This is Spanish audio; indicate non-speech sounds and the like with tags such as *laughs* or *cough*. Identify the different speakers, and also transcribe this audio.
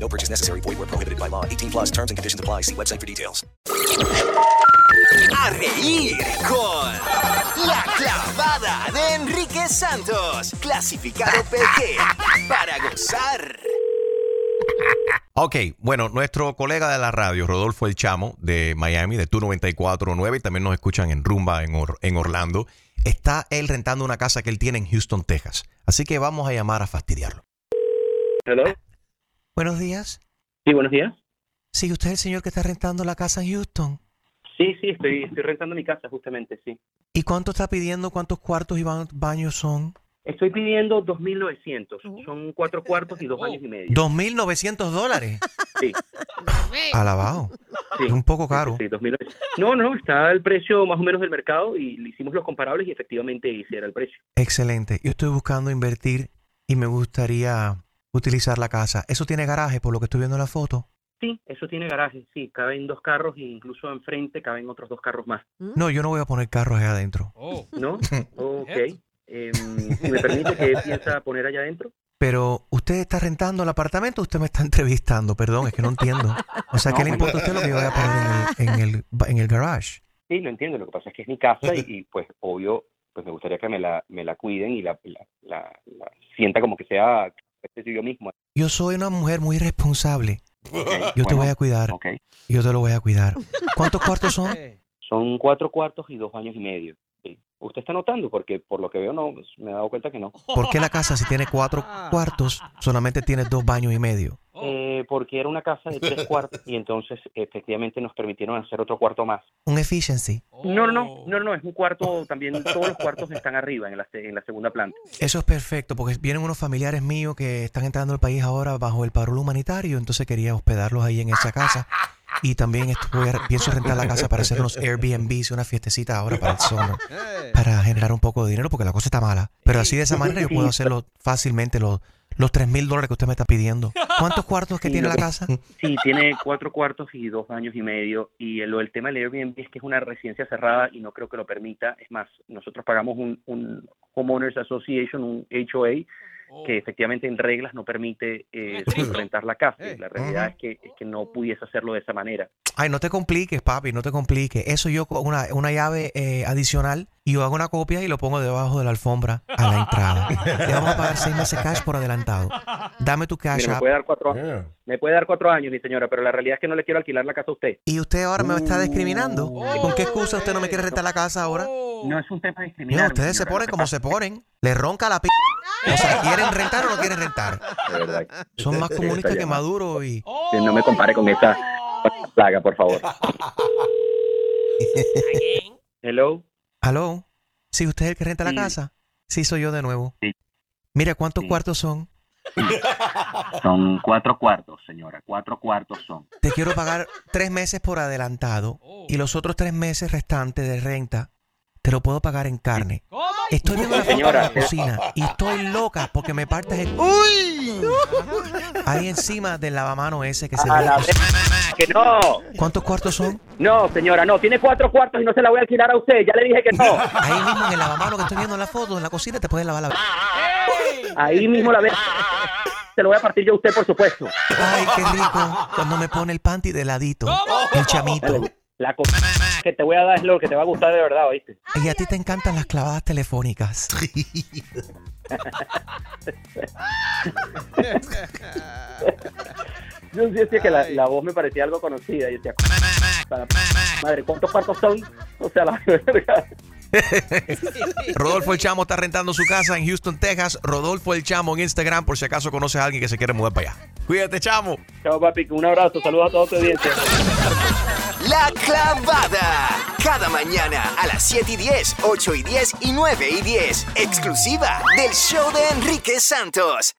Speaker 1: No purchase necessary. Void where prohibited by law. 18 plus terms and conditions apply. See website for details.
Speaker 2: A reír con la clavada de Enrique Santos,
Speaker 3: *laughs*
Speaker 2: clasificado PG, para gozar.
Speaker 4: Ok, bueno, nuestro colega de la radio, Rodolfo El Chamo, de Miami, de Tu 949, y también nos escuchan en Rumba, en, Or- en Orlando, está él rentando una casa que él tiene en Houston, Texas. Así que vamos a llamar a fastidiarlo.
Speaker 3: Hello.
Speaker 4: Buenos días.
Speaker 3: Sí, buenos días.
Speaker 4: Sí, usted es el señor que está rentando la casa en Houston.
Speaker 3: Sí, sí, estoy, estoy rentando mi casa, justamente, sí.
Speaker 4: ¿Y cuánto está pidiendo? ¿Cuántos cuartos y ba- baños son?
Speaker 3: Estoy pidiendo 2.900. Son cuatro cuartos y dos baños y medio.
Speaker 4: 2.900 dólares.
Speaker 3: Sí,
Speaker 4: Alabado.
Speaker 3: sí.
Speaker 4: Es un poco caro.
Speaker 3: Sí, 2.900. No, no, está el precio más o menos del mercado y le hicimos los comparables y efectivamente hiciera el precio.
Speaker 4: Excelente. Yo estoy buscando invertir y me gustaría utilizar la casa. ¿Eso tiene garaje por lo que estoy viendo en la foto?
Speaker 3: Sí, eso tiene garaje, sí. Caben dos carros e incluso enfrente caben otros dos carros más.
Speaker 4: No, yo no voy a poner carros ahí adentro.
Speaker 3: ¿No? Ok. Em, si me permite, ¿qué piensa poner allá adentro?
Speaker 4: Pero usted está rentando el apartamento, o usted me está *laughs* entrevistando, perdón, es que no entiendo. O sea, ¿qué
Speaker 3: No,
Speaker 4: le importa a usted lo que yo voy a poner en el, en el, ba- en el garage?
Speaker 3: Sí, lo entiendo. Lo que pasa es que es mi
Speaker 4: *laughs*
Speaker 3: casa y, y, pues, obvio, pues me gustaría que me la, me la cuiden y la, la- la- la sienta como que sea que sea
Speaker 4: *laughs*
Speaker 3: yo mismo.
Speaker 4: Yo soy una mujer muy responsable. Yo te voy a cuidar,
Speaker 3: Ok.
Speaker 4: yo te lo voy a cuidar. ¿Cuántos cuartos son?
Speaker 3: Son cuatro cuartos y dos años y medio. Sí. ¿Usted está notando? Porque por lo que veo, no, pues, me he dado cuenta que no.
Speaker 4: ¿Por qué la casa si tiene cuatro cuartos solamente tiene dos baños y medio?
Speaker 3: Eh, porque era una casa de
Speaker 4: *laughs*
Speaker 3: tres cuartos y entonces efectivamente nos permitieron hacer otro cuarto más.
Speaker 4: Un efficiency.
Speaker 3: No, no,
Speaker 4: Oh.
Speaker 3: no, no, no, es un cuarto también, todos los cuartos están arriba en la, en la segunda planta.
Speaker 4: Eso es perfecto, porque vienen unos familiares míos que están entrando al país ahora bajo el parol humanitario, entonces quería hospedarlos ahí en esa casa. Y también esto- voy a- pienso rentar la casa para hacer unos Airbnbs y una fiestecita ahora para el summer, para generar un poco de dinero, porque la cosa está mala. Pero así de esa manera yo puedo hacerlo fácilmente los, los 3 mil dólares que usted me está pidiendo. ¿Cuántos cuartos que
Speaker 3: Sí,
Speaker 4: tiene
Speaker 3: lo
Speaker 4: la
Speaker 3: que-
Speaker 4: casa?
Speaker 3: Sí, tiene cuatro cuartos y dos años y medio. Y el, el tema del Airbnb es que es una residencia cerrada y no creo que lo permita. Es más, nosotros pagamos un, un Homeowners Association, un HOA, que efectivamente en reglas no permite eh, rentar la casa. Y La realidad es, que, es que no pudiese hacerlo de esa manera.
Speaker 4: Ay, no te compliques, papi, no te compliques. Eso yo con una, una llave eh, adicional y yo hago una copia y lo pongo debajo de la alfombra a la entrada. Te vamos a pagar seis meses cash por adelantado. Dame tu cash
Speaker 3: Mire, me
Speaker 4: app.
Speaker 3: puede dar cuatro me puede dar cuatro años, mi señora, pero la realidad es que no le quiero alquilar la casa a usted.
Speaker 4: Y usted ahora me está discriminando. ¿Con qué excusa usted no me quiere rentar la casa ahora?
Speaker 2: Oh.
Speaker 3: No es un tema
Speaker 4: Mira,
Speaker 3: discriminante.
Speaker 4: ustedes se ponen como se ponen. Le ronca la p... O sea, ¿quieren rentar o no quieren rentar?
Speaker 3: De verdad.
Speaker 4: Son más comunistas que Maduro y...
Speaker 3: Que No me compare con esa plaga, por
Speaker 4: *laughs*
Speaker 3: favor. Hello.
Speaker 4: ¿Aló? ¿Sí usted es el que renta la
Speaker 3: Sí.
Speaker 4: casa? Sí, soy yo de nuevo.
Speaker 3: Sí.
Speaker 4: Mira, ¿cuántos
Speaker 3: Sí.
Speaker 4: cuartos son?
Speaker 3: Son cuatro cuartos, señora. Cuatro cuartos son.
Speaker 4: Te quiero pagar tres meses por adelantado y los otros tres meses restantes de renta te lo puedo pagar en carne. Estoy viendo la foto de
Speaker 3: Señora,
Speaker 4: la
Speaker 3: ¿qué?
Speaker 4: cocina y estoy loca porque me partes el... ¡Uy! Ahí encima del lavamano ese que se
Speaker 3: A
Speaker 4: ve.
Speaker 3: Ah, la vez- que no.
Speaker 4: ¿Cuántos cuartos son?
Speaker 3: No, señora, no. Tiene cuatro cuartos y no se la voy a alquilar a usted. Ya le dije que no.
Speaker 4: Ahí mismo en el lavamano que estoy viendo en la foto, en la cocina, te puedes lavar la...
Speaker 3: Ahí mismo la ve. Se lo voy a partir yo a usted, por supuesto.
Speaker 4: ¡Ay, qué rico! Cuando me pone el panty de ladito, el chamito.
Speaker 3: La co- que te voy a dar es lo que te va a gustar de verdad, ¿oíste?
Speaker 4: Y a ti te encantan las clavadas telefónicas.
Speaker 3: Yo decía que la, la voz me parecía algo conocida. Yo decía, "Co- la p- madre, ¿cuántos cuartos son? O sea, la *laughs* verga.
Speaker 4: Rodolfo El Chamo está rentando su casa en Houston, Texas. Rodolfo El Chamo en Instagram, por si acaso conoces a alguien que se quiere mudar para allá. Cuídate, Chamo.
Speaker 3: Chao, papi. Un abrazo. Saludos a todos tus dientes.
Speaker 2: La clavada. Cada mañana a las 7 y 10, 8 y 10 y 9 y 10. Exclusiva del show de Enrique Santos.